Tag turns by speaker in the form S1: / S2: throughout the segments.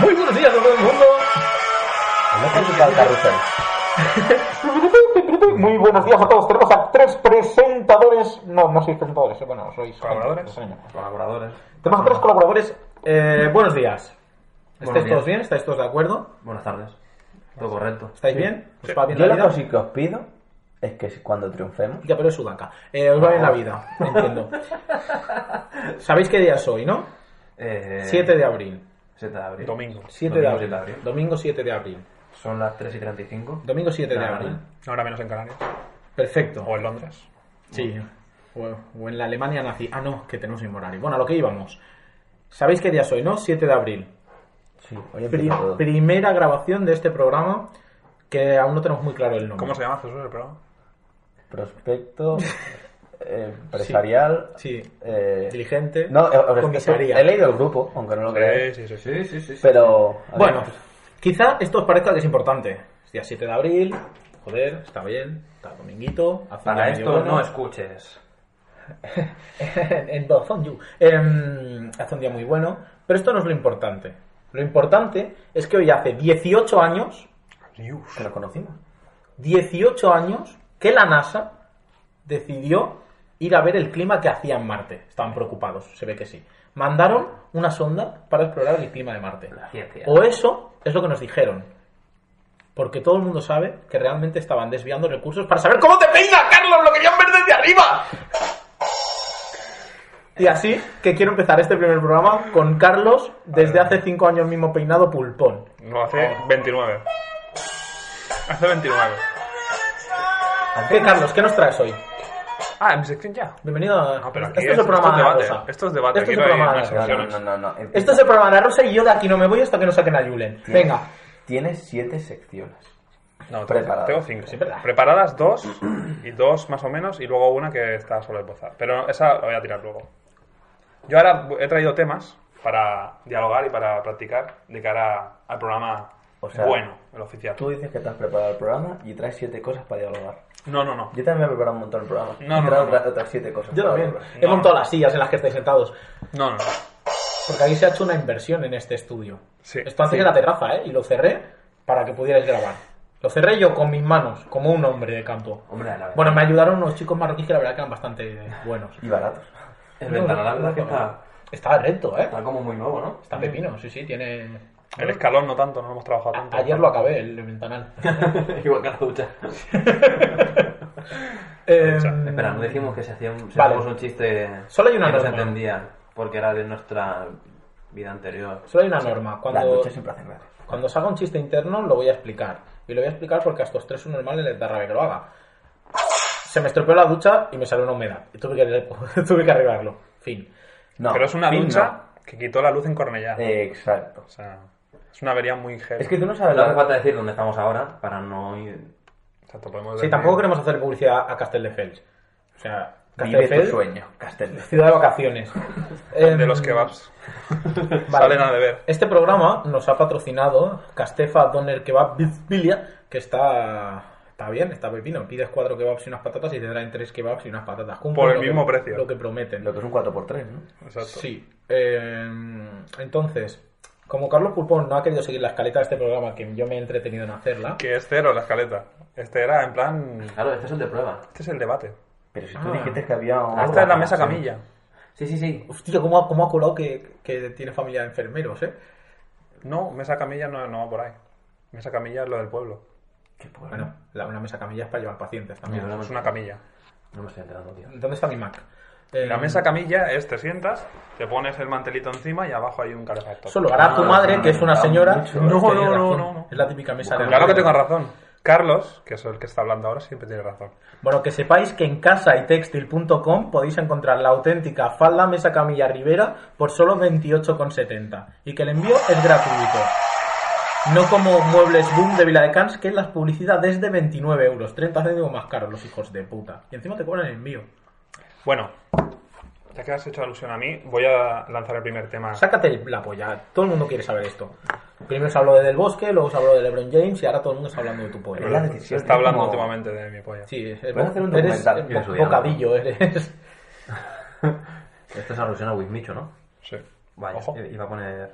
S1: Muy buenos días a todo el mundo. Muy buenos días a todos. Tenemos a tres presentadores. No, no sois presentadores. eh, Bueno, sois gente,
S2: Colaboradores.
S1: diseño.
S2: Colaboradores.
S1: Tenemos pues, a tres colaboradores. Eh, buenos días. ¿Estáis
S2: Buenos días.
S1: todos bien? ¿Estáis todos de acuerdo?
S2: Buenas tardes. Todo correcto.
S1: ¿Estáis bien? ¿Os va bien
S3: Yo
S1: la
S3: lo
S1: vida?
S3: que sí que os pido es que si- cuando triunfemos,
S1: Ya, pero es sudaca. Eh, os va bien la vida, entiendo. Sabéis qué día es hoy, ¿no?
S2: Eh,
S1: 7 de abril.
S2: 7 de abril.
S4: Domingo.
S1: 7 de
S2: Domingo,
S1: abril.
S2: 7 de abril.
S1: Domingo 7 de abril.
S2: Son las 3 y 35.
S1: Domingo 7 de
S2: Ajá.
S1: abril.
S4: Ahora menos en Canarias.
S1: Perfecto.
S4: O en Londres.
S1: Sí. O, o en la Alemania nazi. Ah, no, que tenemos mismo horario. Bueno, a lo que íbamos. ¿Sabéis qué día soy, no? 7 de abril.
S3: sí, hoy
S1: Pri-
S3: empieza todo.
S1: primera grabación de este programa que aún no tenemos muy claro el nombre.
S4: ¿Cómo se llama Jesús el programa?
S3: Prospecto eh, empresarial.
S1: Sí.
S3: eh,
S1: Diligente.
S3: no, eh, os-
S1: Comisaría.
S3: He leído el grupo, aunque no lo creáis.
S4: sí, sí, sí.
S2: Sí, sí, sí. sí.
S3: Pero. a
S1: Bueno,
S3: ver, pues,
S1: quizá esto os parezca que es importante. Es día 7 de abril. Joder, está bien. Está dominguito. hace un
S2: Para
S1: día
S2: esto
S1: medio bueno.
S2: no escuches.
S1: en Dog on You. Em, hace un día muy bueno, pero esto no es lo importante. Lo importante es que hoy hace 18 años,
S3: que nos conocimos.
S1: 18 años, que la NASA decidió ir a ver el clima que hacía en Marte. Estaban preocupados, se ve que sí. Mandaron una sonda para explorar el clima de Marte.
S2: La ciencia.
S1: O eso es lo que nos dijeron. Porque todo el mundo sabe que realmente estaban desviando recursos para saber cómo te peinas, Carlos, lo querían ver desde arriba. Y así que quiero empezar este primer programa con Carlos desde hace 5 años mismo peinado pulpón.
S4: No, hace 29. Hace 29.
S1: Eh, Carlos, ¿qué nos traes hoy?
S4: Ah, en mi sección ya.
S1: Bienvenido a...
S4: No, pero aquí
S1: este es, el
S4: es-
S1: programa de Ana
S4: esto es debate,
S1: Rosa.
S4: esto es debate,
S1: Esto es el
S4: quiero
S1: programa de
S4: ir más
S1: Ana Rosa.
S3: No, no, no, no. no,
S2: Eh,
S3: empieza.
S1: Esto es el programa de Ana Rosa y yo de aquí no me voy hasta que no saquen a Julen.
S3: Tienes-
S1: Venga.
S3: Tienes siete secciones.
S4: No, tengo,
S3: Preparadas.
S4: tengo cinco.
S1: Sí, ¿verdad?
S4: Preparadas dos y dos más o menos y luego una que está sobre el bozal. Pero esa la voy a tirar luego. Yo ahora he traído temas para dialogar y para practicar de cara al programa
S3: O sea,
S4: bueno, el oficial.
S3: Tú dices que te has preparado el programa y traes siete cosas para dialogar.
S4: No, no, no.
S3: Yo también me he preparado un montón el programa.
S4: No,
S3: He
S4: no,
S3: traído
S4: no,
S3: otra- otras siete cosas.
S1: Yo
S3: para
S1: también.
S3: dialogar.
S1: He montado las sillas en las que estáis sentados.
S4: No, no, no.
S1: Porque aquí se ha hecho una inversión en este estudio.
S4: Sí.
S1: Esto antes era terraza, ¿eh? Y lo cerré para que pudierais grabar. Lo cerré yo con mis manos, como un hombre de campo.
S2: Hombre, la
S1: Bueno, me ayudaron unos chicos marroquíes que la verdad que eran bastante eh, buenos.
S3: Y baratos.
S2: El ventanal, la verdad que está,
S1: Está recto, ¿eh?
S2: está como muy nuevo, ¿no?
S1: Está pepino, sí, sí, tiene...
S4: El escalón no tanto, no lo hemos trabajado tanto.
S1: Ayer lo acabé, el ventanal.
S2: Igual que la ducha.
S1: Eh,
S2: Espera, no dijimos que se hacía un, se
S1: Vale.
S2: hacíamos un chiste
S1: Solo hay una
S2: que no se
S1: norma.
S2: entendía porque era de nuestra vida anterior.
S1: Solo hay una norma.
S3: Las
S1: Cuando,
S3: luchas siempre hacen gracia.
S1: cuando salga un chiste interno lo voy a explicar. Y lo voy a explicar porque a estos tres un normal les da rabia que lo haga. Se me estropeó la ducha y me salió una humedad. Y tuve que, tuve que arreglarlo. Fin.
S3: No,
S4: Pero es una
S3: fin,
S4: ducha que quitó la luz en Cornellá.
S3: no. Exacto.
S4: O sea, es una avería muy heavy.
S3: Es que tú no sabes
S2: No
S3: la
S2: hace falta decir dónde estamos ahora para no ir...
S4: Exacto, podemos
S1: Sí,
S4: decir-
S1: tampoco queremos hacer publicidad a Castelldefels. O sea,
S3: Vive tu
S1: Castelldefels,
S3: sueño, Castel.
S1: ciudad de vacaciones. Em,
S4: De los kebabs. Salen a deber.
S1: Este programa nos ha patrocinado Castefa Doner Kebab Bizbilia, que está, está bien, está pepino. Pides cuatro kebabs y unas patatas y te traen tres kebabs y unas patatas. Cumplen
S4: Por el
S1: lo que-
S4: mismo precio.
S1: Lo que prometen.
S3: Lo que es un 4x3, ¿no?
S4: Exacto.
S1: Sí. Eh, entonces, como Carlos Pulpón no ha querido seguir la escaleta de este programa, que yo me he entretenido en hacerla,
S4: Que es cero la escaleta. Este era en plan.
S2: Claro, este es el de prueba.
S4: Este es el debate.
S3: Pero si tú
S1: Ah.
S3: dijiste que había...
S4: Ah,
S3: algo
S4: Esta es la
S3: que
S4: mesa
S3: hacer.
S4: camilla.
S2: Sí, sí, sí.
S1: hostia, ¿cómo ha, cómo ha colado que, que tiene familia de enfermeros, eh?
S4: No, mesa camilla no, no va por ahí. Mesa camilla es lo del pueblo.
S3: Qué pobre.
S1: Bueno, la- una mesa camilla es para llevar pacientes también.
S2: No, no,
S4: Es una camilla.
S2: No me estoy enterando, tío.
S1: ¿Dónde está mi Mac? Eh,
S4: La mesa camilla es te sientas, te pones el mantelito encima y abajo hay un calefactor.
S1: Solo hará tu madre, que es una
S3: Ah,
S1: señora.
S3: mucho.
S1: No,
S4: No,
S1: tiene
S4: no, no,
S1: razón.
S4: no, no.
S1: Es la típica mesa de
S4: Claro que tengo razón. Carlos, que es el que está hablando ahora, siempre tiene razón.
S1: Bueno, que sepáis que en casaitextil.com podéis encontrar la auténtica falda mesa camilla Rivera por solo 28,70 y que el envío es gratuito. No como Muebles Boom de Viladecans, que las publicidades de 29 euros, 30 céntimos más caros los hijos de puta. Y encima te cobran el envío.
S4: Bueno, ya que has hecho alusión a mí, voy a lanzar el primer tema.
S1: Sácate la polla, todo el mundo quiere saber esto. Primero se habló de Del Bosque, luego se habló de LeBron James y ahora todo el mundo está hablando de tu polla.
S3: Pero la decisión
S4: Se está hablando
S3: como-
S4: últimamente de mi polla.
S1: Sí, es, es-
S3: Puedes hacer un
S1: eres
S3: documental
S1: bo-
S3: de su
S1: bo- bocadillo, eres.
S2: Esto es alusión a Wismicho, ¿no?
S4: Sí.
S2: Vaya,
S4: Ojo.
S2: i- iba a poner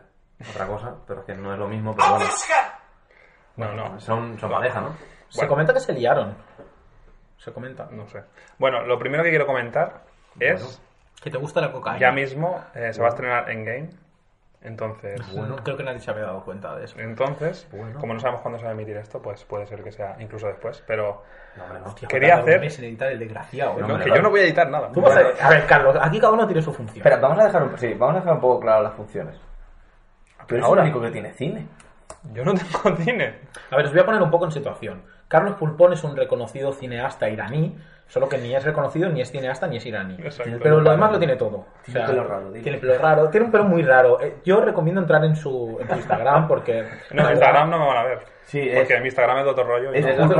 S2: otra cosa, pero es que no es lo mismo, pero bueno.
S4: No, no.
S2: Son, son pareja, ¿no?
S1: Se comenta que se liaron. Se comenta.
S4: No sé. Bueno, lo primero que quiero comentar es...
S1: Que te gusta la cocaína.
S4: Ya mismo eh, se va a estrenar Endgame. Entonces,
S1: Bueno, creo que nadie se había dado cuenta de eso.
S4: entonces
S2: Bueno.
S4: como no sabemos cuándo se va a emitir esto, pues puede ser que sea incluso después. Pero
S2: No, hombre, no.
S1: Hostia,
S4: Quería
S1: me ha tardado un
S4: hacer-
S1: mes en editar el desgraciado. ¿eh?
S4: no,
S2: hombre,
S4: que
S2: claro.
S4: yo no voy a editar nada.
S1: Tú vas a-
S4: Bueno,
S1: a... ver, Carlos, aquí cada uno tiene su función.
S3: Espera, vamos a dejar un, sí, vamos a dejar un poco claras las funciones. Pero es el
S4: ahora.
S3: único que tiene cine.
S4: Yo no tengo cine.
S1: A ver, os voy a poner un poco en situación. Carlos Pulpón es un reconocido cineasta iraní, solo que ni es reconocido, ni es cineasta, ni es iraní.
S4: Exacto.
S1: Pero lo demás lo tiene todo.
S3: Tiene
S1: un
S3: pelo raro, dile.
S1: Tiene pelo raro, tiene un pelo muy raro. Eh, Yo recomiendo entrar en su, en su Instagram porque...
S4: No, en Instagram no me van a ver.
S3: Sí, es-
S4: porque en mi Instagram es de otro rollo. y
S3: Es
S4: no.
S1: el- otro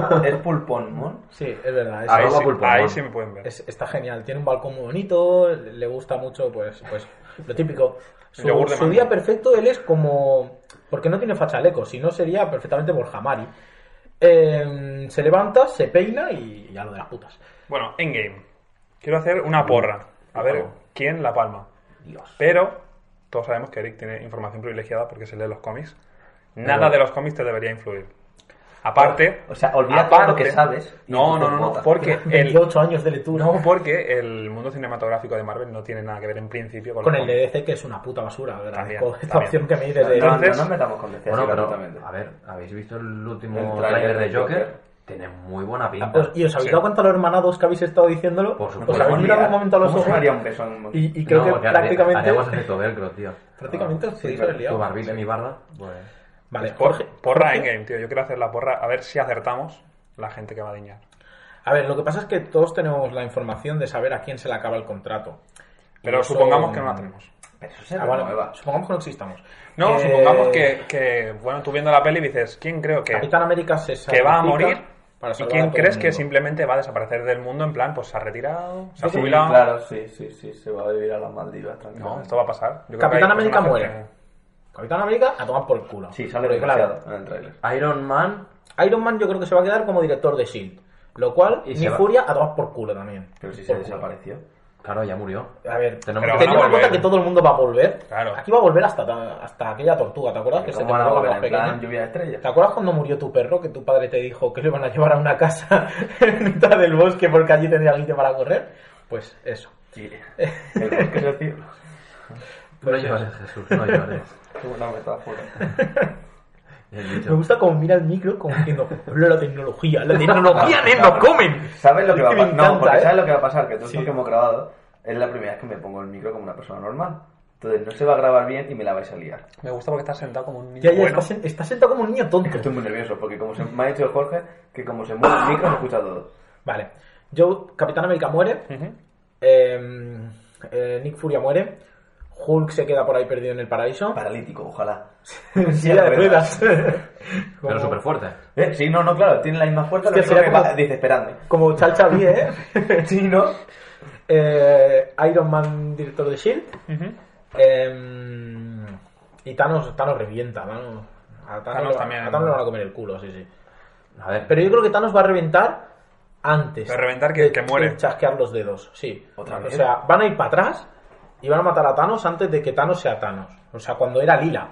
S3: pulpón, es pulpón, mon.
S1: Sí, es verdad. es-
S2: Ah,
S4: ahí,
S2: Arroba
S4: sí,
S2: pulpón,
S4: ahí
S2: bueno.
S4: sí me pueden ver.
S1: es- está genial. Tiene un balcón muy bonito, le gusta mucho, pues, pues lo típico. Su,
S4: Yogur de
S1: su
S4: mango.
S1: día perfecto, él es como... Porque no tiene fachaleco, si no sería perfectamente Borja Mari. Eh, se levanta, se peina y ya lo de las putas.
S4: Bueno, Endgame. Quiero hacer una porra. A ver
S2: Vamos.
S4: quién la palma.
S3: Dios.
S4: Pero todos sabemos que Eric tiene información privilegiada porque se lee los cómics. Nada de los cómics te debería influir. Aparte.
S3: O sea, olvida todo lo que sabes y
S4: No,
S3: tú
S4: no,
S3: te
S4: no, no.
S3: botas.
S4: Porque el,
S1: 28 años de lectura.
S4: no, porque el mundo cinematográfico de Marvel no tiene nada que ver en principio con,
S1: Con
S4: los
S1: el
S4: cómics.
S1: DDC, que es una puta basura, ¿verdad?
S4: También,
S1: Con esta
S4: también.
S1: opción que me dices de...
S3: No, no,
S4: Entonces-
S3: no nos metamos con DC
S2: Bueno,
S3: absolutamente.
S2: pero, a ver, ¿habéis visto el último
S3: El tráiler
S2: trailer de
S3: de
S2: Joker?
S3: Joker.
S2: Tiene muy buena pinta.
S1: Os- Ah, pues, ¿Y os habéis
S4: Sí.
S1: dado cuenta los hermanados que habéis estado diciéndolo?
S2: Por
S1: ¿Os
S2: supuesto.
S1: habéis mirado un momento a los
S3: ¿Cómo
S1: ojos?
S3: sonaría un beso en-
S1: Y, y creo
S2: No,
S1: que
S2: porque haría-
S1: prácticamente...
S2: Haríamos efecto velcro, tío. Ah,
S1: Prácticamente os podéis
S3: sí,
S1: haber
S2: Tu
S1: liado.
S2: barbita y mi barba. Pues...
S1: Vale,
S4: Por-
S1: Jorge.
S4: porra
S1: Jorge-
S4: Endgame, tío. Yo quiero hacer la porra a ver si acertamos la gente que va a diñar.
S1: A ver, lo que pasa es que todos tenemos la información de saber a quién se le acaba el contrato.
S4: Pero
S1: Y eso- mm,
S4: supongamos que no la tenemos.
S3: Pero eso
S1: Ah,
S3: se
S1: vale,
S3: renueva.
S1: supongamos que no existamos.
S4: No,
S1: Eh,
S4: supongamos que, que, bueno, tú viendo la peli dices, ¿quién creo que,
S1: Capitán América se
S4: que va a
S1: sacrifica
S4: morir?
S1: para
S4: ¿Y
S1: salvar a
S4: quién
S1: todo el
S4: crees que
S1: mundo?
S4: simplemente va a desaparecer del mundo en plan, pues se ha retirado, se ha
S3: Sí,
S4: jubilado?
S3: claro, sí, sí, sí, se va a vivir a las Maldivas
S4: No,
S3: tranquilamente.
S4: esto va a pasar. Yo creo
S1: Capitán
S4: que hay
S1: América
S4: personajes
S1: muere. Capitán América a tomar por culo.
S3: Sí, sale
S1: Porque, claro,
S3: desgraciado en el tráiler.
S2: Iron Man.
S1: Iron Man yo creo que se va a quedar como director de S.H.I.E.L.D. E Lo cual,
S2: Y
S1: ni
S2: se va-
S1: Furia a tomar por culo también.
S3: Pero si se
S1: Por culo.
S3: desapareció.
S2: Claro, ya murió.
S1: A ver,
S2: Tenemos que-
S4: Pero van a
S1: teniendo en cuenta
S4: volver.
S1: que todo el mundo va a volver,
S4: Claro.
S1: aquí va a volver hasta, hasta aquella tortuga, ¿te acuerdas? Que se te
S3: ¿Cómo van a
S1: murió cuando
S3: volver?
S1: eras
S3: En plan,
S1: pequeño?
S3: lluvia de estrellas.
S1: ¿Te acuerdas cuando murió tu perro que tu padre te dijo que lo iban a llevar a una casa en mitad del bosque porque allí tenía alguien para correr? Pues eso.
S3: Sí. El bosque es el cielo.
S2: No llores, Jesús, no llores.
S3: Qué buena metáfora.
S2: Y el
S1: Me
S2: bicho,
S1: gusta como mira el micro como diciendo, "Habla la tecnología, la tecnología ne, nos comen.
S3: ¿Sabes lo que va a
S1: Es
S3: pasar?
S1: me
S3: No, porque
S1: encanta, ¿eh?
S3: ¿sabes lo que va a pasar? Que todo esto que hemos grabado es la primera vez que me pongo el micro como una persona normal. Entonces no se va a grabar bien y me la vais a liar.
S4: que- Me gusta porque estás sentado como un niño
S1: Ya, ya,
S4: bueno.
S1: está, sen- está sentado como un niño tonto.
S3: Estoy muy nervioso porque como se, me ha dicho Jorge que como se mueve el micro se escucha todo.
S1: Vale. Yo, Capitán América muere.
S4: Ujú.
S1: eh, eh, Nick Furia muere. Hulk se queda por ahí perdido en el paraíso.
S3: Paralítico, ojalá.
S1: En silla de ruedas. como,
S2: Pero súper fuerte.
S3: Eh, Sí, no, no, claro, tiene la misma fuerza, lo
S1: Hostia, sería
S3: único que
S1: como-
S3: va- dice esperando.
S1: como Chacha bien, ¿eh?
S3: Sí, ¿no?
S1: Eh, Iron Man, director de Shield.
S4: Ujú.
S1: Eh, y Thanos, Thanos revienta, Thanos. A Thanos,
S4: Thanos
S1: le va-
S4: también.
S1: a Thanos le van a comer el culo, sí, sí.
S2: A ver,
S1: Pero yo creo que Thanos va a reventar antes.
S4: Pero reventar que-
S1: de-
S4: que muere.
S1: de chasquear los dedos, sí.
S3: Otra
S1: O
S3: vez.
S1: sea, van a ir para atrás y van a matar a Thanos antes de que Thanos sea Thanos. O sea, cuando era lila,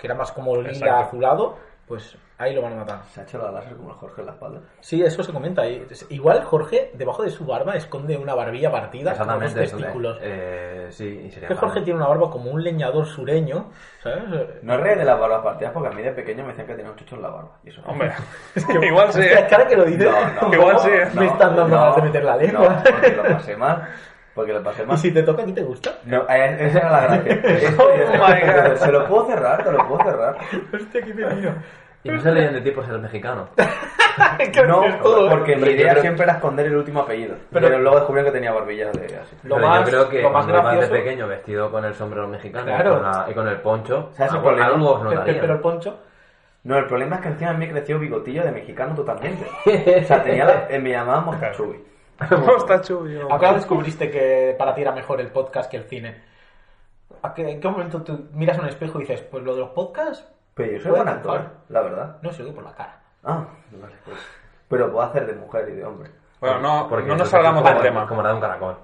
S1: que era más como lila
S4: Exacto.
S1: azulado, pues ahí lo van a matar.
S3: Se ha hecho la láser como el Jorge en la espalda.
S1: Sí, eso se comenta. Y- Igual Jorge, debajo de su barba, esconde una barbilla partida con unos
S2: exactamente eso.
S1: testículos.
S2: Eh, sí, y sería
S1: que Jorge
S2: malo.
S1: tiene una barba como un leñador sureño, ¿sabes?
S3: No reí de las barbas partidas porque a mí de pequeño me decían que tenía un chucho en la barba. Y eso
S4: Hombre, igual sí.
S1: Hostia, cara que lo dices,
S3: No, no,
S4: Igual sí,
S1: me
S4: ¿eh?
S3: no,
S1: están dando
S3: no,
S1: ganas de meter la lengua.
S3: No, porque lo pasé mal. Porque lo pasé mal.
S1: y si te toca, ¿a ti te gusta?
S3: No, eh, esa era la gracia.
S4: Oh my God.
S3: Se lo puedo cerrar, te lo puedo cerrar.
S1: Hostia, qué pedido.
S2: Y no se leían de ti por ser mexicano.
S3: No,
S1: todo, ¿eh?
S3: porque mi
S2: Hombre, yo
S3: idea
S2: creo-
S3: siempre era esconder el último apellido.
S1: Pero-
S3: Pero, luego descubrieron que tenía barbillas de así.
S1: Lo
S2: Pero
S1: más-
S2: yo creo que
S1: lo más
S2: cuando vas de
S1: gracioso-
S2: pequeño vestido con el sombrero mexicano y
S1: Claro.
S2: con la- y, con el poncho,
S3: sea, ese
S2: algo,
S3: problema.
S2: algo os
S1: Pero,
S2: notaría.
S1: pero el poncho.
S3: No, el problema es que encima a mí me creció bigotillo de mexicano totalmente. O sea, tenía la- eh, me llamaban Mostachubi.
S4: Está chulo.
S1: ¿A qué hora descubriste que para ti era mejor el podcast que el cine? ¿A qué, ¿En qué momento tú miras a un espejo y dices, pues lo de los podcasts?
S3: Pero yo soy
S1: Puede
S3: buen actor,
S1: triunfar.
S3: la verdad.
S1: No, se lo digo por la cara.
S3: Ah, vale. pues. Pero puedo hacer de mujer y de hombre.
S4: Bueno, no,
S2: Porque
S4: no nos
S2: entonces
S4: salgamos
S2: es
S4: del
S2: como-
S4: tema.
S2: Como la de un caracol.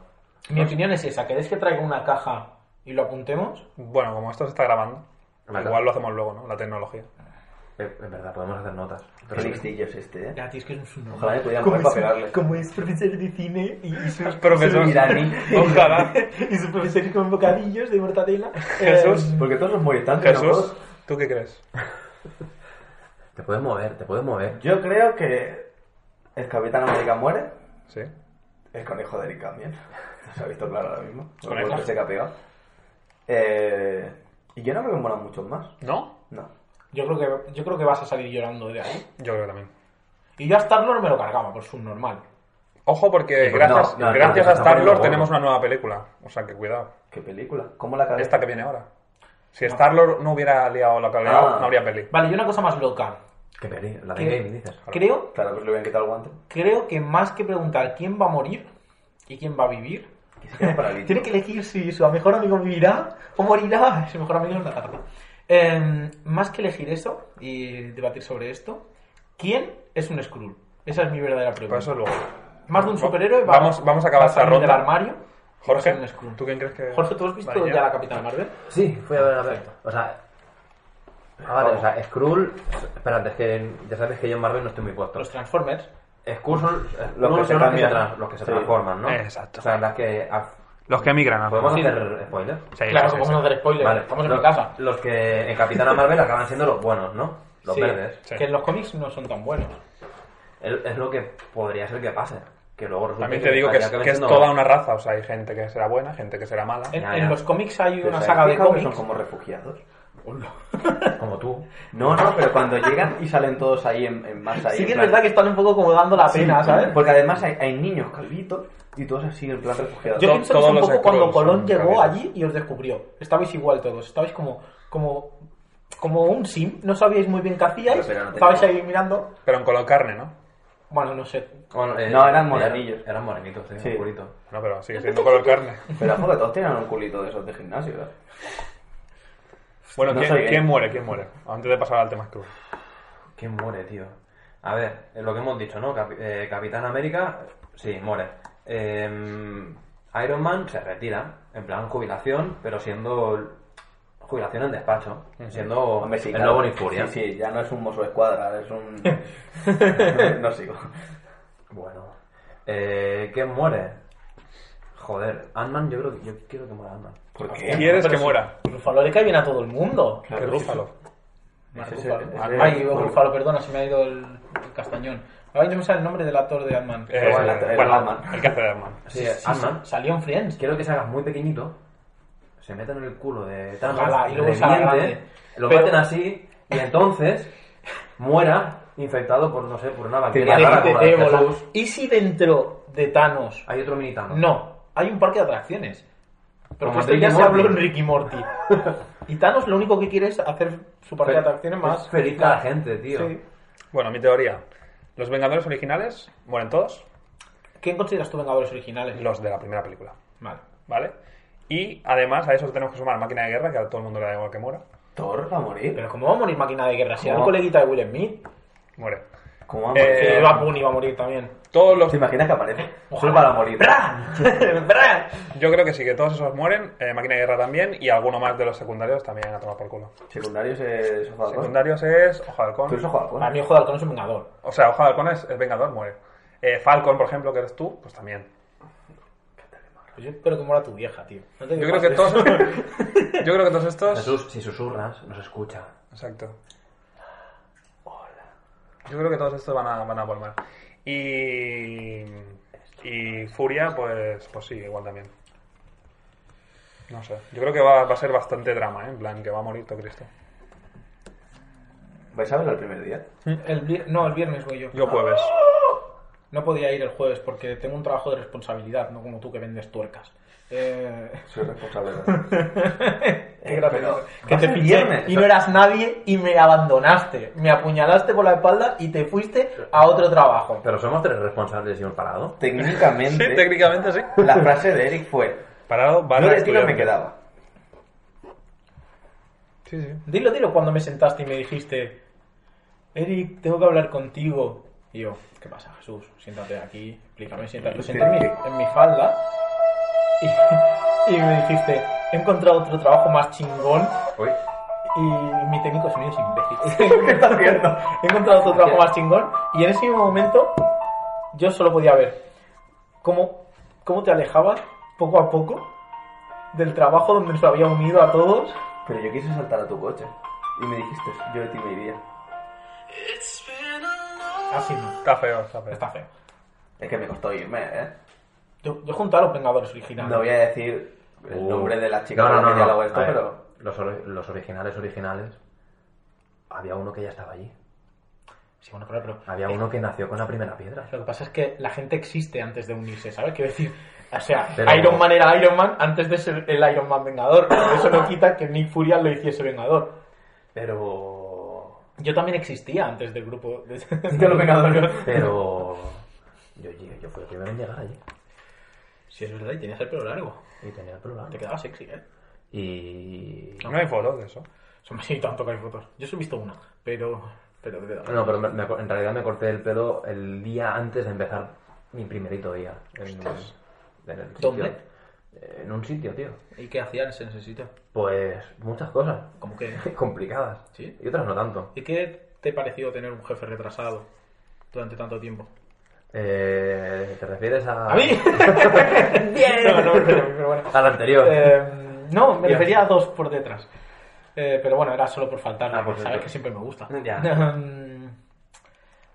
S1: Mi opinión es esa. ¿Queréis que traiga una caja y lo apuntemos?
S4: Bueno, como esto se está grabando,
S2: Vale.
S4: igual lo hacemos luego, ¿no? La tecnología.
S2: Eh, Es verdad, podemos hacer notas.
S3: Qué listillo es este, ¿eh?
S1: Ya, tío, es que es un
S3: Ojalá me pudiera
S1: Como
S3: mover para
S1: es-
S3: pegarle.
S1: Como es profesor de cine y, y su,
S4: Profesor.
S3: iraní.
S4: Ojalá.
S1: y su profesor con bocadillos de mortadela. Eh,
S4: Jesús.
S1: Pues
S3: Porque todos los moritantes, ¿no?
S4: Jesús,
S3: Todos.
S4: ¿tú qué crees?
S2: Te puedes mover, te puedes mover.
S3: Yo creo que el Capitán América muere,
S4: Sí.
S3: el conejo de Eric también. Se ha visto claro ahora mismo. Con
S4: Conejo.
S3: el golpe que ha pegado. Eh, y yo no creo que mueran muchos más.
S4: ¿No?
S3: No.
S1: Yo creo, que, yo creo que vas a salir llorando de ahí.
S4: Yo creo que también.
S1: Y yo a Star-Lord me lo cargaba por subnormal.
S4: Ojo porque
S2: Sí, porque
S4: gracias,
S2: no, no,
S4: gracias
S2: no,
S4: a
S2: no, no, no,
S4: Star-Lord
S2: no.
S4: tenemos una nueva película. O sea, que cuidado.
S3: ¿Qué película? ¿Cómo la cabeza?
S4: Esta que viene ahora. Si Star-Lord no hubiera liado la que ha liado,
S3: Ah.
S4: no habría peli.
S1: Vale, y una cosa más loca.
S2: Qué peli, la de
S1: ¿Qué?
S2: Game, dices.
S1: Creo,
S3: Claro, pues le voy a quitar el guante.
S1: creo que más que preguntar quién va a morir y quién va a vivir,
S3: Que se quede paralítico.
S1: tiene que elegir si su mejor amigo vivirá o morirá. Su mejor amigo es la tarta. Eh, más que elegir eso y debatir sobre esto, ¿quién es un Skrull? Esa es mi verdadera pregunta.
S4: Pero Pues eso luego.
S1: Más de un superhéroe va-
S4: Vamos- vamos a acabar
S1: va
S4: esta
S1: salir
S4: ronda.
S1: del armario.
S4: Jorge,
S1: va a ser un Skrull.
S4: ¿tú quién crees que.?
S1: Jorge, ¿tú has visto
S4: Vale,
S1: ya. la Capitana Marvel?
S2: Sí, fui a ver a ver. O sea. ah, vale, o sea, Skrull. Espérate, es que ya sabes que yo en Marvel no estoy muy puesto.
S1: Los Transformers.
S2: Skrull son Skrull son eh,
S3: Los que se
S2: los que se,
S3: cambian.
S2: tran- los que se
S3: Sí.
S2: transforman, ¿no?
S4: Eh, Exacto.
S2: O sea, las que. ah,
S4: Los que emigran. ¿no?
S2: ¿Podemos
S1: Sí.
S2: hacer spoilers?
S4: Sí,
S1: claro,
S4: sí,
S1: que
S4: sí.
S1: podemos hacer spoilers.
S2: Vale,
S1: Estamos en
S2: los,
S1: mi casa.
S2: Los que en Capitana Marvel acaban siendo los buenos, ¿no? Los
S1: Sí,
S2: verdes.
S4: Sí.
S1: Que en los cómics no son tan buenos.
S2: Es, es lo que podría ser que pase. Que luego resulta
S4: También te digo que es,
S2: acaban
S4: que es
S2: siendo-
S4: toda una raza. O sea, hay gente que será buena, gente que será mala.
S1: En,
S2: Ya,
S1: en
S2: ya.
S1: los cómics hay
S3: Pero
S1: una
S3: ¿sabes
S1: saga de
S3: fijaos que
S1: cómics.
S3: Son como refugiados.
S1: Hola.
S2: Como tú.
S3: No, no, pero cuando llegan y salen todos ahí en, en masa. ahí,
S1: Sí
S3: en
S1: que es
S3: plan-
S1: verdad que están un poco como dando la
S3: Sí, Pues
S1: pena, ¿sabes?
S3: Porque además hay, hay niños calvitos y todos así en plan refugiados.
S1: Yo
S4: To-
S1: pienso que es
S4: todos
S1: un
S4: los
S1: poco cuando
S4: Skrulls son
S1: Colón llegó
S4: cabezas.
S1: allí y os descubrió. Estabais igual todos, estabais como, como, como un sim, no sabíais muy bien qué hacíais,
S3: Pero no
S1: estabais
S3: tenía-
S1: ahí mirando.
S4: Pero en color carne, ¿no?
S1: Bueno, no sé.
S2: Bueno, eh,
S3: No, eran morenillos.
S2: Eran morenitos, eh, sí,
S3: Sí.
S2: un culito.
S4: No, pero sigue siendo color carne.
S3: Pero ojo que todos tienen un culito de esos de gimnasio. ¿eh? ¿verdad?
S4: Bueno,
S3: No
S4: ¿quién,
S3: soy gay.
S4: quién muere? ¿Quién muere? Antes de pasar al tema Skrull.
S2: ¿Qué muere, tío? A ver, eh, lo que hemos dicho, ¿no? Capi- eh, Capitán América, sí, muere. Em, Iron Man se retira, en plan jubilación, pero siendo l- jubilación en despacho,
S1: Oh,
S2: siendo
S3: Hombre, sí,
S2: el
S3: claro.
S2: nuevo Nick Fury.
S3: Sí, sí, ya no es un mozo de escuadra, ahora es un. no sigo.
S2: Bueno, eh, ¿qué muere? Joder, Ant-Man, yo creo que yo quiero que muera Ant-Man.
S3: ¿Por qué?
S4: ¿Quieres
S1: Eh, Pero
S4: que
S1: sí.
S4: muera?
S1: Rufalo le cae bien a todo el mundo.
S4: Que Rúfalo.
S1: Mark
S3: Ese-
S1: Ruffalo.
S3: ese-
S1: Ay, oh, Ruffalo, perdona, se me ha ido el, el castañón. Ahora no me sale el nombre del actor de Ant-Man.
S4: Eh,
S3: bueno, el- el
S4: bueno,
S3: Batman.
S4: el que hace de Batman.
S2: Sí, Ant-Man.
S1: Salió en Friends.
S2: Quiero que se haga muy pequeñito, se meta en el culo de Thanos,
S1: Ojalá, y luego
S2: le
S1: se haga
S2: miente,
S1: grande.
S2: lo
S1: Pero-
S2: maten así, y entonces muera infectado por, no sé, por una
S1: De-
S2: bacteria
S1: de-
S2: rara
S1: de-
S2: como la de
S1: ébola.
S2: Jesús.
S1: ¿Y si dentro de Thanos?
S2: Hay otro mini Thanos.
S1: No, hay un parque de atracciones. Pero
S2: Como
S1: esto
S2: Ricky
S1: ya se
S2: Morty.
S1: habló en Ricky Morty. y Thanos lo único que quiere es hacer su parque de
S2: Fe-
S1: atracciones más.
S2: es feliz a la gente, tío.
S1: Sí.
S4: Bueno, mi teoría. Los Vengadores originales mueren todos.
S1: ¿Quién consideras tú Vengadores originales?
S4: Los de la primera película.
S1: Vale.
S4: ¿Vale? Y además a eso tenemos que sumar Máquina de Guerra, que a todo el mundo le da igual que muera.
S3: Thor va a morir.
S1: Pero ¿cómo va a morir Máquina de Guerra? Si era el
S3: ¿Cómo?
S1: coleguita de Will Smith.
S4: Muere.
S3: ¿Cómo va a morir?
S4: Eh,
S1: Que Eva Pun iba a morir también.
S4: Todos los...
S3: ¿Te imaginas que aparece? Solo para morir.
S1: ¡Bra! ¡Bra!
S4: Yo creo que sí, que todos esos mueren. eh, Máquina de Guerra también. Y alguno más de los secundarios también a tomar por culo.
S3: Secundarios es Ojo de Halcón.
S4: Secundarios es Ojo de
S3: Tú eres
S4: Halcón.
S3: Pues Ojo de Halcón.
S1: Para mí, Ojo de Halcón es un Vengador.
S4: O sea, Ojo de Halcón es, es Vengador, muere. Eh, Falcon, por ejemplo, que eres tú, pues también.
S1: Pues yo espero que muera tu vieja, tío. No te
S4: Yo creo que todos...
S1: pases.
S4: Yo creo que todos estos...
S2: Jesús, si susurras, nos escucha.
S4: Exacto. Yo creo que todos estos van a, van a volver. Y. Y Furia, pues, pues sí, igual también. No sé. Yo creo que va, va a ser bastante drama, ¿eh? En plan, que va a morir todo Cristo.
S3: ¿Vais a verlo el primer día?
S1: El vier- No, el viernes voy yo.
S4: Yo jueves.
S1: No podía ir el jueves porque tengo un trabajo de responsabilidad, no como tú que vendes tuercas. Eh,
S3: Soy responsable.
S1: Qué gracioso.
S3: Pero,
S1: Que
S3: vas
S1: te
S3: el
S1: pillé
S3: viernes.
S1: y no eras nadie y me abandonaste. Me apuñalaste por la espalda y te fuiste a otro trabajo.
S2: Pero somos tres responsables y un parado.
S4: Sí,
S3: Técnicamente,
S4: técnicamente sí.
S3: la frase de Eric fue:
S4: Parado,
S3: Yo
S2: Ah,
S4: vale.
S3: de tiro me quedaba.
S4: Sí, sí.
S1: Dilo, dilo cuando me sentaste y me dijiste, Eric, tengo que hablar contigo. Y yo, ¿qué pasa, Jesús? Siéntate aquí, explícame, siéntate, siéntate en mi, en mi falda. Y, y me dijiste, he encontrado otro trabajo más chingón
S2: Uy,
S1: y mi técnico de sonido es imbécil. ¿Qué está haciendo? He encontrado otro trabajo más chingón y en ese mismo momento yo solo podía ver cómo, cómo te alejabas poco a poco del trabajo donde nos había unido a todos.
S3: Pero yo quise saltar a tu coche. Y me dijiste: Yo de ti me iría.
S1: Así no.
S4: Está feo, está feo.
S1: Está feo.
S3: Es que me costó irme, ¿eh?
S1: Yo, yo junté a los Vengadores originales.
S3: No voy a decir el nombre de la chica con la que dialogo esto,
S2: A ver,
S3: pero.
S2: los, ori- los originales originales, había uno que ya estaba allí.
S1: Sí, bueno, pero, pero-
S2: Había uno que nació con la primera piedra.
S1: Lo que pasa es que la gente existe antes de unirse, ¿sabes? Quiero decir, o sea,
S2: Pero-
S1: Iron Man era Iron Man antes de ser el Iron Man Vengador. Pero eso no quita que Nick Furia lo hiciese Vengador.
S2: Pero...
S1: Yo también existía antes del grupo de,
S3: De los Vengadores.
S2: Pero... Yo, llegué- yo fui el primero en llegar allí.
S1: Sí, es verdad, y tenías el pelo largo.
S2: Y tenía el pelo largo.
S1: Te quedaba sexy, ¿eh?
S2: Y...
S4: No hay fotos de eso.
S1: Son más y tanto que hay fotos. Yo solo he visto una, pero... Pero te quedaba.
S2: No, pero me- me- en realidad me corté el pelo el día antes de empezar mi primerito día. En, en el sitio. Eh,
S1: ¿Dónde?
S2: En un sitio, tío.
S1: ¿Y qué hacías en ese sitio?
S2: Pues muchas cosas
S1: Como que...
S2: complicadas.
S1: ¿Sí?
S2: Y otras no tanto.
S1: ¿Y qué te pareció tener un jefe retrasado durante tanto tiempo?
S2: Eh, ¿Te refieres a...
S1: ¿A mí? ¡Bien! No, no, pero, pero bueno.
S2: Al anterior.
S1: Eh, no, me refería a dos por detrás. Eh, pero bueno, era solo por faltar.
S2: Ah, por
S1: sabes
S2: cierto.
S1: que siempre me gusta. Em,
S2: Ya.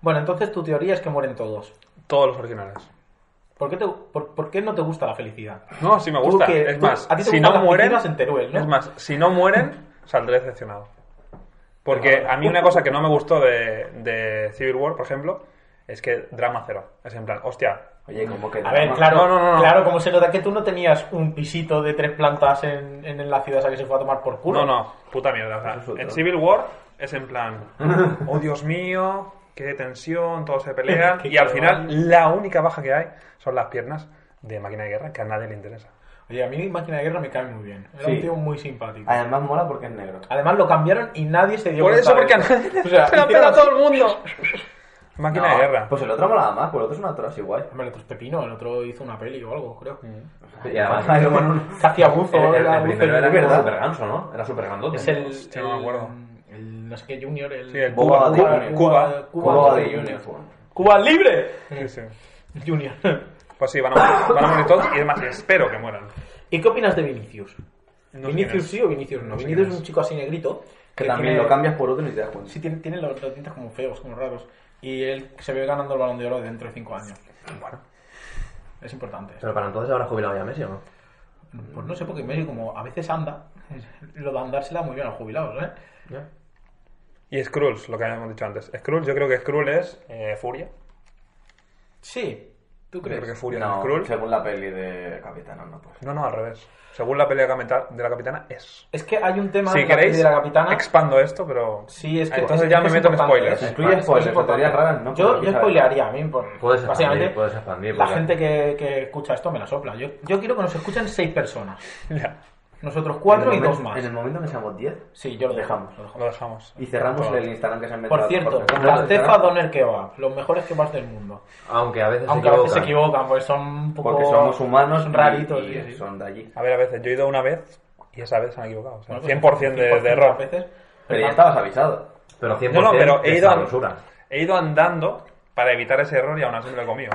S1: bueno, entonces tu teoría es que mueren todos.
S4: Todos los originales.
S1: ¿Por qué, te- por- por qué no te gusta la felicidad?
S4: No, sí me
S1: Tú
S4: gusta.
S1: que-
S4: es
S1: tú-
S4: más,
S1: a ti te
S4: si
S1: gustan
S4: no
S1: las
S4: mueren,
S1: piscinas en Teruel, ¿no?
S4: es más, si no mueren, saldré decepcionado. Porque a mí una cosa que no me gustó de, de Civil War, por ejemplo, es que drama cero. Es en plan, hostia,
S3: Oye, como que.
S1: A ver,
S3: drama.
S1: claro,
S4: No, no, no, no.
S1: claro, como se nota que tú no tenías un pisito de tres plantas en, en la ciudad esa que se fue a tomar por culo.
S4: no, no, puta mierda. o sea,
S3: Eso es otro.
S4: en Civil War es en plan, oh Dios mío, qué tensión, todos se pelean.
S1: Qué
S4: y al
S1: cabrón.
S4: final, la única baja que hay son las piernas de máquina de guerra que a nadie le interesa.
S1: Oye, a mí Máquina de Guerra me cae muy bien. Era un
S3: Sí.
S1: tío muy simpático.
S3: Además mola porque es negro.
S1: Además lo cambiaron y nadie se dio
S4: Ah,
S1: cuenta
S4: Por eso, porque a
S1: de
S4: nadie
S1: O sea,
S4: se la pela
S1: hicieron
S4: a todo el mundo. Máquina de
S3: No,
S4: guerra.
S3: Pues el otro molaba más, pues el otro es una atrás igual.
S1: Hombre, el otro es Pepino, el otro hizo una peli o algo, creo.
S4: Mm.
S2: Y además-
S3: Iron Man uno.
S1: Casi abuso,
S2: El, el-
S1: era
S2: el
S1: abuso.
S2: primero era
S3: es verdad.
S2: como super ganso, ¿no? Era super grandote.
S1: Es el.
S4: Hostia, no me
S1: el-
S4: acuerdo.
S1: el no sé qué Junior, el.
S4: Sí, el
S3: Boba
S4: Cuba,
S3: de
S4: Cuba,
S3: Junior.
S4: Cuba.
S1: Cuba,
S3: Como
S1: Cuba,
S3: de Uniform.
S1: Cuba libre.
S4: Sí, sí.
S1: Junior.
S4: Pues sí, van a, morir, van a morir todos y además espero que mueran.
S1: ¿Y qué opinas de Vinicius?
S4: No sé quién
S1: ¿Vinicius
S4: es.
S1: sí o Vinicius no?
S4: No sé
S1: Vinicius
S4: quién
S1: es
S4: es.
S1: un chico así negrito.
S3: Que también
S1: tiene-
S3: lo cambias por otro y ni te das cuenta.
S1: Sí, tiene, tiene los, los dientes como feos, como raros. Y él se ve ganando el balón de oro dentro de 5 años.
S4: Bueno,
S1: Es importante. esto.
S2: Pero para entonces habrá jubilado ya Messi, ¿o no?
S1: Pues no sé, porque Messi, como a veces anda, lo de andar se le da muy bien a los jubilados, ¿eh?
S2: Ya.
S4: Y Skrulls, lo que habíamos dicho antes. Skrulls, yo creo que Skrulls es eh, Furia.
S1: Sí, ¿tú
S4: Yo creo que
S1: crees?
S4: Furia es
S3: No,
S4: Skrull.
S3: según la peli de Capitana, no pues.
S4: No, no, al revés. Según la pelea capita- de la capitana, es.
S1: Es que hay un tema
S4: Si
S1: en la peli
S4: queréis,
S1: de la capitana.
S4: expando esto, pero.
S1: Sí, es que.
S4: Entonces
S1: es-
S4: ya
S1: es
S4: me
S1: que es
S4: meto en
S1: importante.
S4: spoilers.
S3: Se incluye spoilers,
S1: importante.
S3: teorías raras, ¿no?
S1: Yo,
S3: Porque
S1: yo
S3: sabe-
S1: spoilearía a mí. Por,
S2: Puedes expandir,
S1: básicamente,
S2: puedes expandir,
S1: la
S2: porque-
S1: gente que, que escucha esto me la sopla. Yo, yo quiero que nos escuchen seis personas.
S4: Ya,
S1: Nosotros cuatro
S3: En
S1: y
S3: el
S1: dos
S3: momento-
S1: más.
S3: En el momento que seamos 10,
S1: Sí, yo lo dejamos. lo
S4: lo
S1: dejamos.
S4: dejamos.
S3: Y cerramos
S4: Todo.
S3: el Instagram que se han metido.
S1: Por cierto, la Cefa Doner Kebab, los mejores kebabs del mundo.
S2: Aunque a veces
S1: Aunque
S2: se
S1: a veces se
S2: equivocan.
S1: equivocan, pues son un poco.
S3: Pues Porque somos humanos
S1: son raritos.
S3: y,
S1: sí,
S3: y
S1: sí.
S3: son de allí.
S4: A ver, a veces, yo he ido una vez y esa vez se han equivocado. O sea,
S1: Bueno, pues,
S4: 100% de,
S1: 100%
S4: de
S1: a
S4: error.
S1: veces.
S3: Pero ya estabas avisado.
S2: Pero 100%
S4: No, no, pero he
S2: es
S4: ido,
S2: basura.
S4: an- he ido andando para evitar ese error y aún así me lo he comido.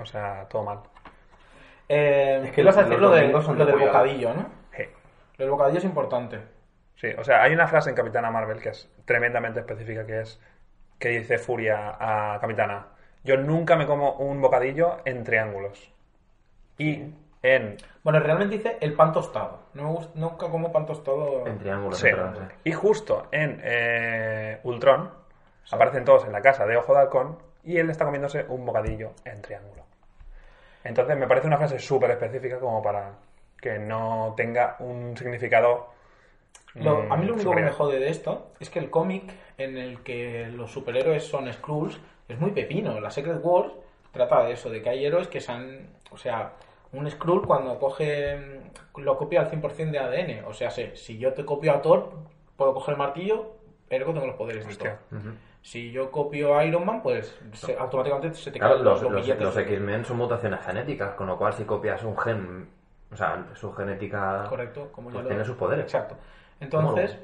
S4: O sea, todo mal.
S1: Eh,
S3: Es que
S1: ibas a
S3: los
S1: decir lo, de-
S3: domingos son
S1: lo
S3: de
S1: del
S3: cuidado.
S1: bocadillo, ¿no?
S4: Sí.
S1: Lo del bocadillo es importante.
S4: Sí, o sea, hay una frase en Capitana Marvel que es tremendamente específica, que es que dice Furia a Capitana. Yo nunca me como un bocadillo en triángulos. Y en
S1: Bueno, realmente dice el pan tostado. No me gusta, nunca como pan tostado.
S2: En triángulo.
S4: Sí.
S2: perdón, sí.
S4: Y justo en eh, Ultron aparecen todos en la casa de Ojo de Halcón y él está comiéndose un bocadillo en triángulo. Entonces me parece una frase súper específica como para que no tenga un significado.
S1: Lo-
S4: mm,
S2: eh,
S1: a mí lo único que
S4: superior.
S1: me jode de esto es que el cómic en el que los superhéroes son Skrulls es muy pepino. La Secret Wars trata de eso, de que hay héroes que se han... O sea, un Skrull cuando coge... mm, lo copia al 100% de ADN. O sea, sé, si yo te copio a Thor, puedo coger el martillo, ergo tengo los poderes de
S4: Hostia.
S1: Thor.
S2: Ujú.
S1: Si yo copio a Iron Man, pues se- automáticamente se te
S2: Claro,
S1: caen
S2: los,
S1: los, los
S2: los-
S1: billetes.
S2: los X-Men son mutaciones genéticas, con lo cual si copias un gen, o sea, su genética,
S1: Correcto, como
S2: pues
S1: yo lo-
S2: tiene sus poderes.
S1: Exacto. Entonces...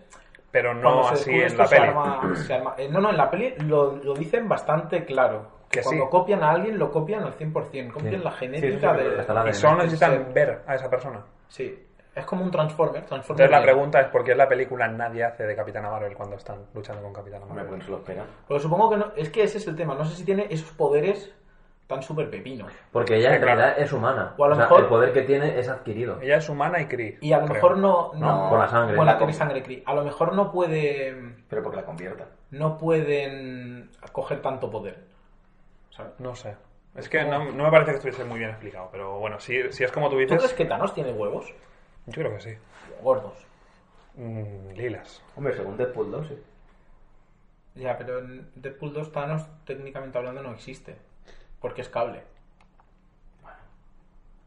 S4: Pero
S1: Cuando
S4: no
S1: se
S4: así
S1: descubre
S4: en
S1: esto,
S4: la
S1: se
S4: peli.
S1: arma- se arma- eh, no, no, en la peli lo, lo dicen bastante claro.
S4: Que
S1: Cuando
S4: sí.
S1: copian a alguien, lo copian al 100%. Copian
S2: Sí.
S1: la
S2: Sí,
S1: genética
S2: sí, sí,
S1: de...
S2: hasta la-
S4: Y solo necesitan
S1: Sí.
S4: ver a esa persona.
S1: Sí, es como un Transformer. Transformer
S4: Entonces la
S1: de-
S4: pregunta es por qué en la película nadie hace de Capitana Marvel cuando están luchando con Capitana
S3: Hombre,
S4: Marvel.
S3: pues no se lo espera.
S1: Pero supongo que no... Es que ese es el tema. No sé si tiene esos poderes tan súper pepinos.
S2: Porque ella en
S4: Sí, claro.
S2: realidad es humana.
S1: O a lo
S2: O sea,
S1: mejor-
S2: el poder que tiene es adquirido.
S4: Ella es humana y Kree.
S1: Y a lo
S4: creo.
S1: mejor no...
S3: No,
S1: no-
S2: con la sangre.
S1: Bueno,
S3: La
S1: tiene
S3: com-
S1: sangre Kree. A lo mejor no puede...
S3: Pero porque la convierta.
S1: No pueden coger tanto poder. ¿Sabes?
S4: No sé. Es que no, no me parece que estuviese muy bien explicado, pero bueno, si, si es como tú
S1: ¿Tú
S4: dices,
S1: crees que Thanos tiene huevos?
S4: yo creo que sí.
S1: Gordos.
S4: Mm, lilas.
S3: Hombre, según Deadpool 2, sí.
S1: Ya, pero en Deadpool 2 Thanos técnicamente hablando no existe. Porque es cable.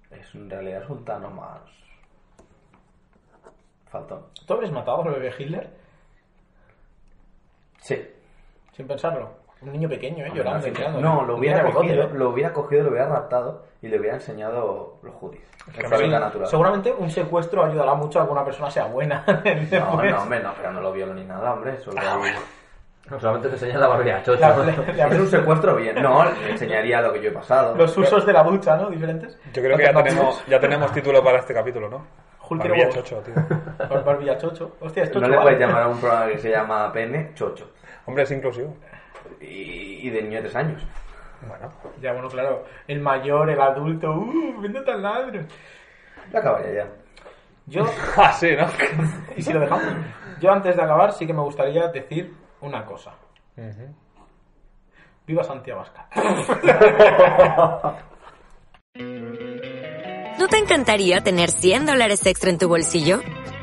S3: Es, en realidad es un Thanos más... Faltón.
S1: ¿Tú habrías matado al bebé Hitler?
S3: Sí.
S1: Sin pensarlo. Un niño pequeño, ¿eh?
S2: Ah,
S1: Llorando,
S2: sí,
S1: llorando.
S3: No, lo hubiera,
S1: Tenía
S3: cogido,
S1: bigote, ¿eh?
S3: lo hubiera cogido, lo hubiera raptado y le hubiera enseñado los judíos.
S4: que
S3: Es
S4: no-
S3: natural.
S1: Seguramente un secuestro ayudará mucho a que una persona sea buena.
S3: No,
S1: Después.
S3: no, hombre, no, pero no lo violó ni nada, hombre. Solo
S2: Solamente te enseña la barbería chocho.
S1: La- le- le
S3: es
S1: abrí
S3: un
S1: un secuestro.
S3: secuestro bien. No, le enseñaría lo que yo he pasado.
S1: Los usos de la ducha, ¿no? Diferentes.
S4: Yo creo que ya tenemos, ya tenemos título para este capítulo, ¿no?
S1: Hulk
S4: Barbilla
S1: Robots.
S4: chocho, tío.
S1: Por Barbilla Chocho. Hostia, esto
S3: No le puedes llamar a un programa que se llama PN Chocho.
S4: Hombre, es inclusivo.
S3: Y, y de niño de tres años.
S4: Bueno,
S1: Ya, bueno, claro. El mayor, el adulto. ¡Uh! ¡Vende tan ladro!
S3: Lo acabaría ya.
S1: Yo
S4: ah, sí, ¿no?
S1: Y si lo dejamos. Yo antes de acabar sí que me gustaría decir una cosa. Viva Santiago Abascal.
S5: ¿No te encantaría tener 100 dólares extra en tu bolsillo?